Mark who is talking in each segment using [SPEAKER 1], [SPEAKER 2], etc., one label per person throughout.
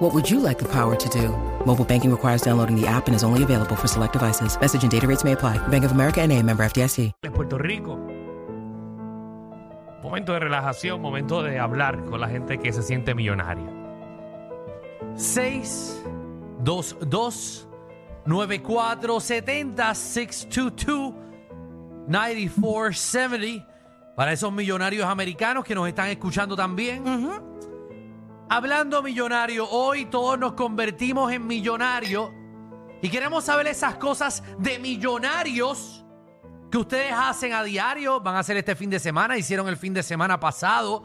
[SPEAKER 1] What would you like the power to do? Mobile banking requires downloading the app and is only available for select devices. Message and data rates may apply. Bank of America and a member FDIC.
[SPEAKER 2] en Puerto Rico. Momento de relajación, momento de hablar con la gente que se siente millonaria.
[SPEAKER 3] 622 9470 622 9470 para esos millonarios americanos que nos están escuchando también. Hablando millonario, hoy todos nos convertimos en millonarios y queremos saber esas cosas de millonarios que ustedes hacen a diario, van a hacer este fin de semana, hicieron el fin de semana pasado.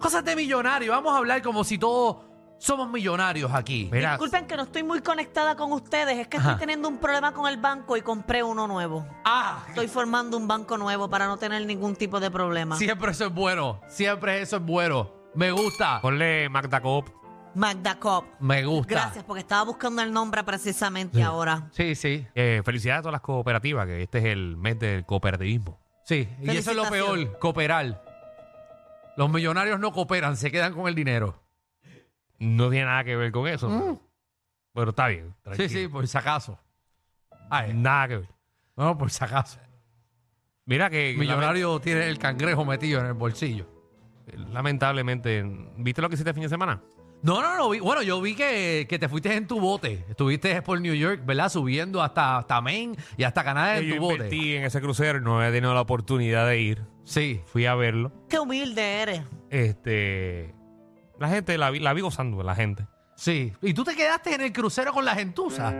[SPEAKER 3] Cosas de millonario, vamos a hablar como si todos somos millonarios aquí.
[SPEAKER 2] Mira,
[SPEAKER 4] Disculpen que no estoy muy conectada con ustedes, es que estoy
[SPEAKER 3] Ajá.
[SPEAKER 4] teniendo un problema con el banco y compré uno nuevo.
[SPEAKER 3] Ah,
[SPEAKER 4] Estoy formando un banco nuevo para no tener ningún tipo de problema.
[SPEAKER 3] siempre eso es bueno, siempre eso es bueno. Me gusta,
[SPEAKER 2] ponle Magda Coop.
[SPEAKER 4] Magda Cop.
[SPEAKER 3] me gusta.
[SPEAKER 4] Gracias, porque estaba buscando el nombre precisamente ahora.
[SPEAKER 3] Sí, sí,
[SPEAKER 2] Eh, felicidades a todas las cooperativas, que este es el mes del cooperativismo.
[SPEAKER 3] sí. Y eso es lo peor, cooperar. Los millonarios no cooperan, se quedan con el dinero.
[SPEAKER 2] No tiene nada que ver con eso. Pero está bien. tranquilo.
[SPEAKER 3] Sí, sí, por si acaso. Ay,
[SPEAKER 2] Nada que ver.
[SPEAKER 3] no, por si acaso.
[SPEAKER 2] Mira que
[SPEAKER 3] El millonario tiene el cangrejo metido en el bolsillo.
[SPEAKER 2] lament- lamentablemente, ¿viste lo que hiciste el fin de semana?
[SPEAKER 3] No, no, no. vi- Bueno, yo vi que, que te fuiste en tu bote. Estuviste por New York, ¿verdad? Subiendo hasta, hasta Maine y hasta Canadá en
[SPEAKER 2] Eh, yo
[SPEAKER 3] tu bote.
[SPEAKER 2] invertí en ese crucero y no he tenido la oportunidad de ir.
[SPEAKER 3] Sí.
[SPEAKER 2] Fui a verlo.
[SPEAKER 4] Qué humilde eres.
[SPEAKER 2] Este, la gente, la vi, la vi gozando, la gente.
[SPEAKER 3] Sí. ¿Y tú te quedaste en el crucero con la gentuza?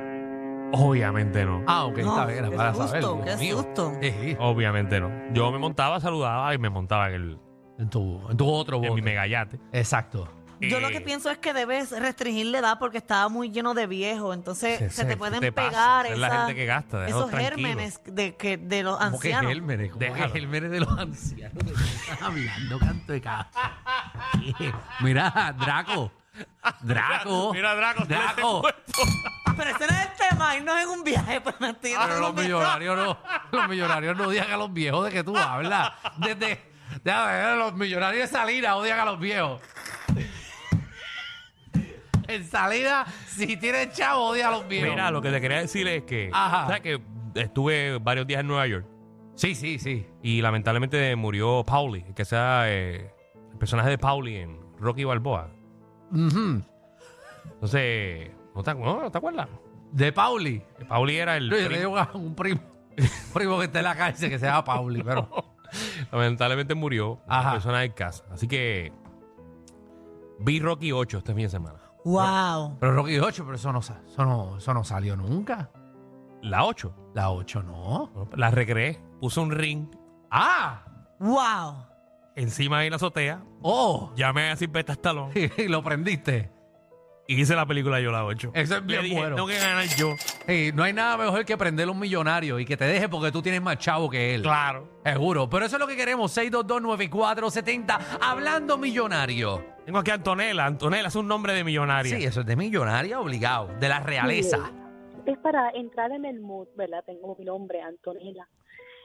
[SPEAKER 2] Obviamente no.
[SPEAKER 3] Ah, ok,
[SPEAKER 4] No,
[SPEAKER 3] está bien, era
[SPEAKER 4] qué
[SPEAKER 3] para
[SPEAKER 4] susto,
[SPEAKER 3] saber. Dios
[SPEAKER 4] qué
[SPEAKER 3] mío.
[SPEAKER 4] susto.
[SPEAKER 3] Sí,
[SPEAKER 2] Obviamente no. Yo me montaba, saludaba y me montaba en, el,
[SPEAKER 3] En tu, en tu otro
[SPEAKER 2] en mi
[SPEAKER 3] bote.
[SPEAKER 2] megayate.
[SPEAKER 3] Exacto.
[SPEAKER 4] Yo lo
[SPEAKER 2] Eh,
[SPEAKER 4] que pienso es que debes restringir la edad porque estaba muy lleno de viejo, entonces
[SPEAKER 2] Sí,
[SPEAKER 4] se
[SPEAKER 2] sí,
[SPEAKER 4] te
[SPEAKER 2] tú
[SPEAKER 4] pueden
[SPEAKER 2] te pasas,
[SPEAKER 4] pegar
[SPEAKER 2] es la
[SPEAKER 4] esa-
[SPEAKER 2] gente que gasta, déjalos
[SPEAKER 4] esos
[SPEAKER 2] tranquilos.
[SPEAKER 4] gérmenes de, que, de los
[SPEAKER 3] ¿Cómo que
[SPEAKER 4] ancianos.
[SPEAKER 3] gérmenes? ¿Cómo que
[SPEAKER 2] Déjalo.
[SPEAKER 3] gérmenes de los ancianos? ¿De qué estás hablando, canto de caja? ¿Qué? Mira, Draco. Draco.
[SPEAKER 2] Mira, Draco, tú le haces
[SPEAKER 3] Draco.
[SPEAKER 4] Pero ese no es el tema, irnos en un viaje, pues me
[SPEAKER 2] Ah,
[SPEAKER 4] estoy
[SPEAKER 3] Pero los
[SPEAKER 4] entendiendo.
[SPEAKER 3] millonarios no, los millonarios no odian a los viejos de que tú hablas. Desde, déjame ver, los millonarios de Salina odian a los viejos. En Salina, si tienen chavo, odia a los viejos.
[SPEAKER 2] Mira, lo que te quería decir es que,
[SPEAKER 3] Ajá.
[SPEAKER 2] ¿sabes que estuve varios días en Nueva York
[SPEAKER 3] Sí, sí, sí.
[SPEAKER 2] y lamentablemente murió Pauli, el que sea eh, el personaje de Pauli en Rocky Balboa.
[SPEAKER 3] Ujú.
[SPEAKER 2] Entonces, ¿no te, acu- no te acuerdas?
[SPEAKER 3] De Pauli.
[SPEAKER 2] Que Pauli era el...
[SPEAKER 3] Yo le
[SPEAKER 2] primo.
[SPEAKER 3] digo a un primo, un primo que está en la cárcel que se llama Pauli, pero.
[SPEAKER 2] lamentablemente murió una
[SPEAKER 3] Ajá.
[SPEAKER 2] persona del casa. Así que vi Rocky 8 este fin de semana.
[SPEAKER 4] Wow.
[SPEAKER 3] Pero Rocky 8, pero eso no, sa- eso no, eso no salió nunca.
[SPEAKER 2] La 8.
[SPEAKER 3] La 8 no.
[SPEAKER 2] La recreé. Puse un ring
[SPEAKER 3] ¡Ah!
[SPEAKER 4] Wow.
[SPEAKER 2] encima de la azotea.
[SPEAKER 3] ¡Oh!
[SPEAKER 2] Llamé a Silvestre Stallone
[SPEAKER 3] Y lo prendiste.
[SPEAKER 2] y hice la película yo la 8.
[SPEAKER 3] Eso es bien
[SPEAKER 2] Le dije,
[SPEAKER 3] bueno.
[SPEAKER 2] Tengo que ganar yo.
[SPEAKER 3] Y no hay nada mejor que prender a un millonario y que te deje porque tú tienes más chavo que él.
[SPEAKER 2] Claro.
[SPEAKER 3] Seguro. Pero eso es lo que queremos. 6229470. Hablando millonario.
[SPEAKER 2] Tengo aquí a Antonella. Antonella es un nombre de millonaria.
[SPEAKER 3] Sí, eso es de millonaria obligado. De la realeza.
[SPEAKER 5] es para entrar en el mood, ¿verdad? Tengo mi nombre, Antonella.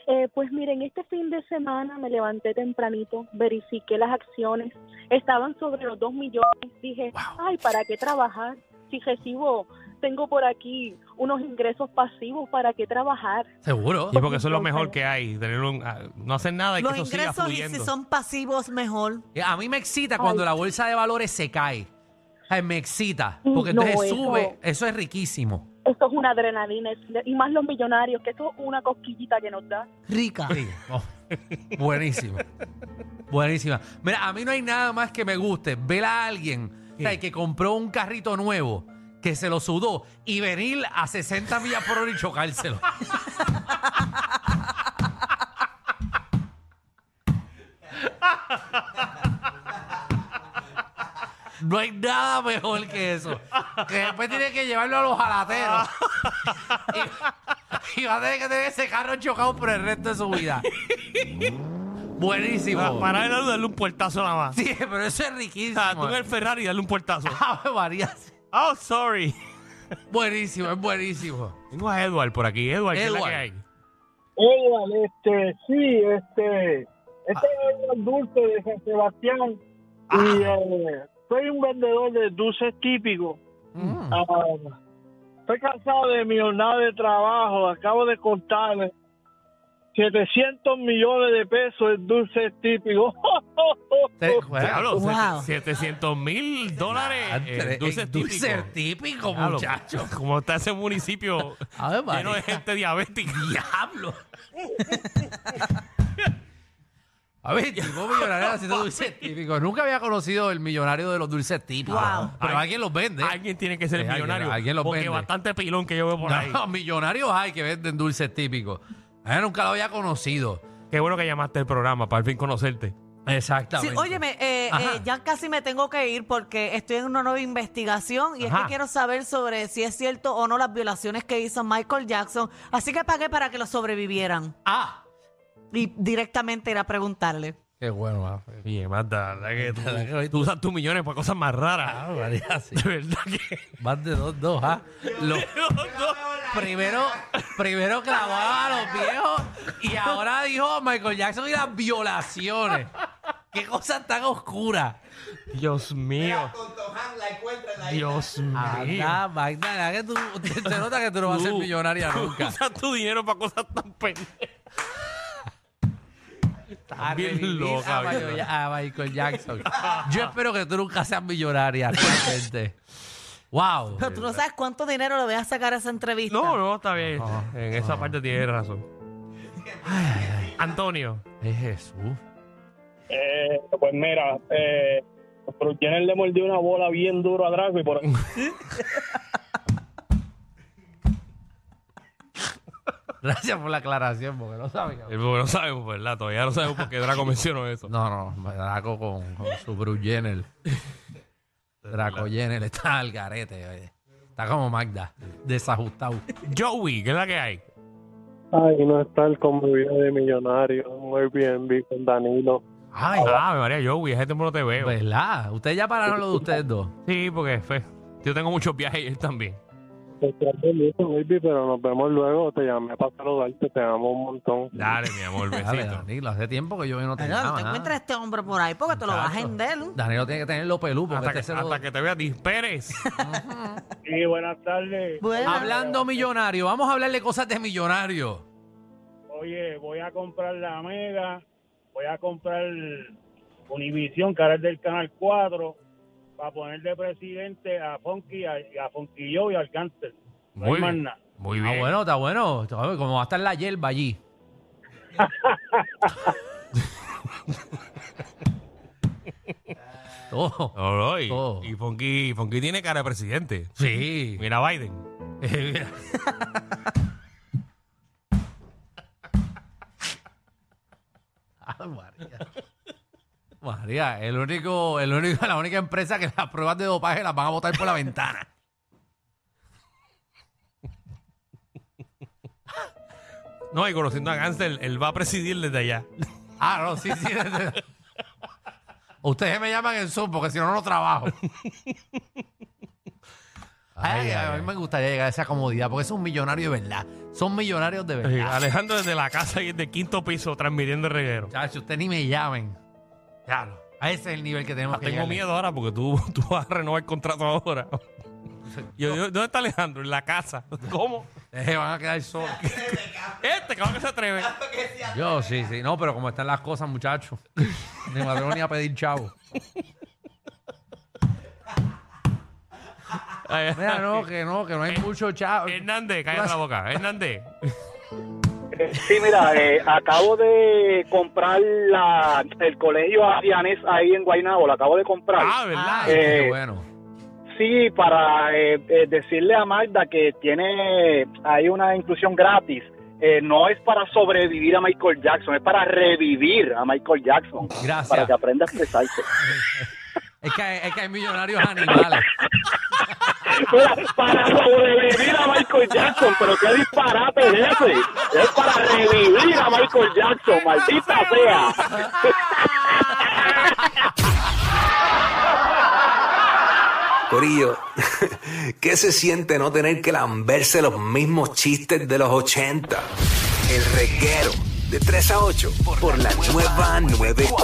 [SPEAKER 5] Eh, pues miren, este fin de semana me levanté tempranito, verifiqué las acciones, estaban sobre los dos millones, dije,
[SPEAKER 3] Wow.
[SPEAKER 5] ay, ¿para qué trabajar? Si recibo, tengo por aquí unos ingresos pasivos, ¿para qué trabajar?
[SPEAKER 3] Seguro.
[SPEAKER 2] Y porque eso es lo mejor que hay. Tener un- ah, no hacer nada y
[SPEAKER 4] Los
[SPEAKER 2] que eso siga
[SPEAKER 4] ingresos y
[SPEAKER 2] fluyendo.
[SPEAKER 4] si son pasivos, mejor.
[SPEAKER 3] Eh, A mí me excita cuando la bolsa de valores se cae. Ay, me excita. Porque
[SPEAKER 5] No,
[SPEAKER 3] entonces
[SPEAKER 5] eso-
[SPEAKER 3] sube. Eso es riquísimo.
[SPEAKER 5] Esto es una adrenalina, es- y más los millonarios, que eso es una cosquillita que nos da.
[SPEAKER 4] Rica.
[SPEAKER 3] Sí. Oh, Buenísimo. Buenísima. Mira, a mí no hay nada más que me guste. Ver a alguien
[SPEAKER 2] ¿Qué?
[SPEAKER 3] ¿sabes? que compró un carrito nuevo, que se lo sudó y venir a 60 millas por hora y chocárselo. No hay nada mejor que eso. Que después tiene que llevarlo a los jalateros Y va a tener que tener ese carro chocado por el resto de su vida.
[SPEAKER 6] Ah,
[SPEAKER 3] Buenísimo.
[SPEAKER 2] Ah, Para él darle un puertazo nada más.
[SPEAKER 3] Oh. Sí, pero eso es
[SPEAKER 2] O sea, tú
[SPEAKER 3] riquísimo.
[SPEAKER 2] en el Ferrari y darle un puertazo.
[SPEAKER 3] Ave María.
[SPEAKER 2] Oh, sorry.
[SPEAKER 3] Buenísimo, es buenísimo.
[SPEAKER 6] Tengo a Edward por aquí. Edward, ¿qué es la
[SPEAKER 3] Edward.
[SPEAKER 6] que hay?
[SPEAKER 7] Edward, este, sí, este, este
[SPEAKER 3] Ah.
[SPEAKER 7] es Edward Dulce de San Sebastián y eh, soy un vendedor de dulces típicos.
[SPEAKER 3] Mm.
[SPEAKER 7] Ah, estoy cansado de mi jornada de trabajo, acabo de contar 700 millones de pesos en dulces típicos.
[SPEAKER 3] Te-
[SPEAKER 6] Diablo,
[SPEAKER 4] Wow.
[SPEAKER 6] 700 mil dólares. eh,
[SPEAKER 3] Entre-
[SPEAKER 6] Dulces
[SPEAKER 3] eh, dulce
[SPEAKER 6] típicos.
[SPEAKER 3] típico,
[SPEAKER 6] Diablo,
[SPEAKER 3] muchacho.
[SPEAKER 2] Como está ese municipio
[SPEAKER 3] Ave
[SPEAKER 2] lleno de
[SPEAKER 3] María.
[SPEAKER 2] gente diabética.
[SPEAKER 3] Diablo. A ver, tipo millonario haciendo dulces típicos. Nunca había conocido el millonario de los dulces típicos.
[SPEAKER 4] Wow.
[SPEAKER 3] Pero alguien los vende.
[SPEAKER 2] Alguien tiene que ser el
[SPEAKER 3] Eh, alguien-
[SPEAKER 2] millonario.
[SPEAKER 3] alguien lo
[SPEAKER 2] porque
[SPEAKER 3] vende.
[SPEAKER 2] bastante pilón que yo veo por ahí.
[SPEAKER 3] No, millonarios hay que venden dulces típicos. A nunca lo había conocido.
[SPEAKER 2] Qué bueno que llamaste el programa para al fin conocerte.
[SPEAKER 3] Exactamente.
[SPEAKER 4] Sí, óyeme, eh,
[SPEAKER 3] Ajá.
[SPEAKER 4] eh, ya casi me tengo que ir porque estoy en una nueva investigación y es
[SPEAKER 2] Ajá.
[SPEAKER 4] que quiero saber sobre si es cierto o no las violaciones que hizo Michael Jackson. Así que pagué para que lo sobrevivieran
[SPEAKER 3] Ah,
[SPEAKER 4] y directamente ir a preguntarle.
[SPEAKER 3] qué bueno. ah, pues. va.
[SPEAKER 2] Bien, Marta, la verdad que tú, tú usas tus millones para cosas más raras.
[SPEAKER 3] Ah, María, sí.
[SPEAKER 2] De verdad que.
[SPEAKER 3] Más de dos, dos, ¿ah? Los- primero, primero clavaba a los viejos y ahora dijo Michael Jackson y las violaciones. Qué cosa tan oscura.
[SPEAKER 2] Dios mío. Dios mío.
[SPEAKER 3] Anda, Magda, la que tú, te, te nota que tú no vas Ah, a ser
[SPEAKER 2] Tú-
[SPEAKER 3] millonaria nunca.
[SPEAKER 2] Usas tu dinero para cosas tan pendejas.
[SPEAKER 3] A
[SPEAKER 2] bien
[SPEAKER 3] revivir
[SPEAKER 2] loca,
[SPEAKER 3] a Michael,
[SPEAKER 2] bien
[SPEAKER 3] a Michael Jackson. Yo espero que tú nunca seas millonaria realmente. Wow.
[SPEAKER 4] Pero tú no sabes cuánto dinero le voy a sacar a esa entrevista.
[SPEAKER 2] No, no, está bien. en
[SPEAKER 3] Ah.
[SPEAKER 2] esa parte tienes razón. Antonio.
[SPEAKER 3] Es Jesús.
[SPEAKER 7] Eh, pues mira, eh, Bruce Jenner le mordió una bola bien duro a Draco y por
[SPEAKER 3] Gracias por la aclaración, porque no sabía.
[SPEAKER 2] Eh, porque no sabemos, ¿verdad? Todavía no sabemos por qué Draco mencionó eso.
[SPEAKER 3] No, no, Draco con, con su Bruce Jenner. Draco Jenner está al garete, oye. Está como Magda, desajustado.
[SPEAKER 2] Joey, ¿qué es la que hay?
[SPEAKER 7] Ay, no está el convivio de millonario, un Airbnb con Danilo.
[SPEAKER 3] Ay,
[SPEAKER 2] Ah, María Joey, ese tiempo no te veo.
[SPEAKER 3] ¿verdad? Ustedes ya pararon lo de ustedes dos.
[SPEAKER 2] Sí, porque fe, yo tengo muchos viajes y él también.
[SPEAKER 7] Pues, pero nos vemos luego. Te llamé para saludarte, te amo un montón.
[SPEAKER 2] Dale, mi amor,
[SPEAKER 3] Dale,
[SPEAKER 2] besito.
[SPEAKER 3] Danilo, hace tiempo que yo no te
[SPEAKER 4] Ay, no, no
[SPEAKER 3] llamaba
[SPEAKER 4] te
[SPEAKER 3] nada.
[SPEAKER 4] encuentras a este hombre por ahí porque te lo vas a
[SPEAKER 3] Chacho.
[SPEAKER 4] vender.
[SPEAKER 3] Danilo tiene que tenerlo pelú porque
[SPEAKER 2] hasta, que,
[SPEAKER 3] este se lo-
[SPEAKER 2] hasta que te vea, disperes.
[SPEAKER 7] Sí, buenas tardes.
[SPEAKER 4] Bueno.
[SPEAKER 3] Hablando millonario, vamos a hablarle cosas de millonario.
[SPEAKER 7] Oye, voy a comprar la Mega, voy a comprar Univisión, que ahora es del Canal 4, para poner de presidente a Funky, a, a Funky Joe y al Cáncer. No hay
[SPEAKER 2] Muy
[SPEAKER 7] más
[SPEAKER 2] bien.
[SPEAKER 7] nada.
[SPEAKER 2] Muy
[SPEAKER 3] Está
[SPEAKER 2] bien.
[SPEAKER 3] Ah, bueno, está bueno. Está bueno, Como va a estar la hierba allí. Todo.
[SPEAKER 2] All right.
[SPEAKER 3] Oh.
[SPEAKER 2] Y Fonky, Fonky tiene cara de presidente.
[SPEAKER 3] Sí.
[SPEAKER 2] Mira a Biden.
[SPEAKER 3] Ah, María. María, el único, el único, la única empresa que las pruebas de dopaje las van a botar por la ventana.
[SPEAKER 2] No, y conociendo a Gansel, él va a presidir desde allá.
[SPEAKER 3] Ah, no, sí, sí. desde- Ustedes me llaman en Zoom porque si no, no trabajo. Ay,
[SPEAKER 2] Ay, ay,
[SPEAKER 3] a mí me gustaría llegar a esa comodidad porque son millonarios de verdad. Son millonarios de
[SPEAKER 2] Eh,
[SPEAKER 3] verdad.
[SPEAKER 2] Alejandro desde la casa y desde quinto piso transmitiendo el reguero.
[SPEAKER 3] Chacho, ustedes ni me llamen. Claro. A ese es el nivel que tenemos
[SPEAKER 2] Ah,
[SPEAKER 3] que
[SPEAKER 2] tengo
[SPEAKER 3] llegarle.
[SPEAKER 2] miedo ahora porque tú, tú vas a renovar el contrato ahora. Yo, yo, ¿Dónde está Alejandro? En la casa. ¿Cómo?
[SPEAKER 3] Eh, van a quedar solos.
[SPEAKER 2] Este cabrón que se atreve.
[SPEAKER 3] Yo sí, sí. No, pero como están las cosas, muchachos. ni me atrevo ni a pedir chavo.
[SPEAKER 2] Ay,
[SPEAKER 3] Mira, no, que no, que no hay mucho chavo.
[SPEAKER 2] Hernández, cállate la boca. Hernández.
[SPEAKER 7] Sí, mira, eh, acabo de comprar la, el colegio Arianes ahí en Guaynabo, lo acabo de comprar.
[SPEAKER 2] Ah, ¿verdad?
[SPEAKER 3] Ay, qué
[SPEAKER 7] Eh,
[SPEAKER 3] bueno.
[SPEAKER 7] Sí, para eh, eh, decirle a Magda que tiene hay una inclusión gratis. Eh, no es para sobrevivir a Michael Jackson, es para revivir a Michael Jackson.
[SPEAKER 3] Gracias.
[SPEAKER 7] Para que aprenda a expresarse.
[SPEAKER 3] Es que, hay- es que hay millonarios animales.
[SPEAKER 8] Mira, para sobrevivir a Michael Jackson, pero qué disparate es ese. Es para revivir a Michael Jackson, maldita sea.
[SPEAKER 9] Corillo, ¿qué se siente no tener que lamberse los mismos chistes de los 80? El reguero de 3 a 8 por la nueva 94.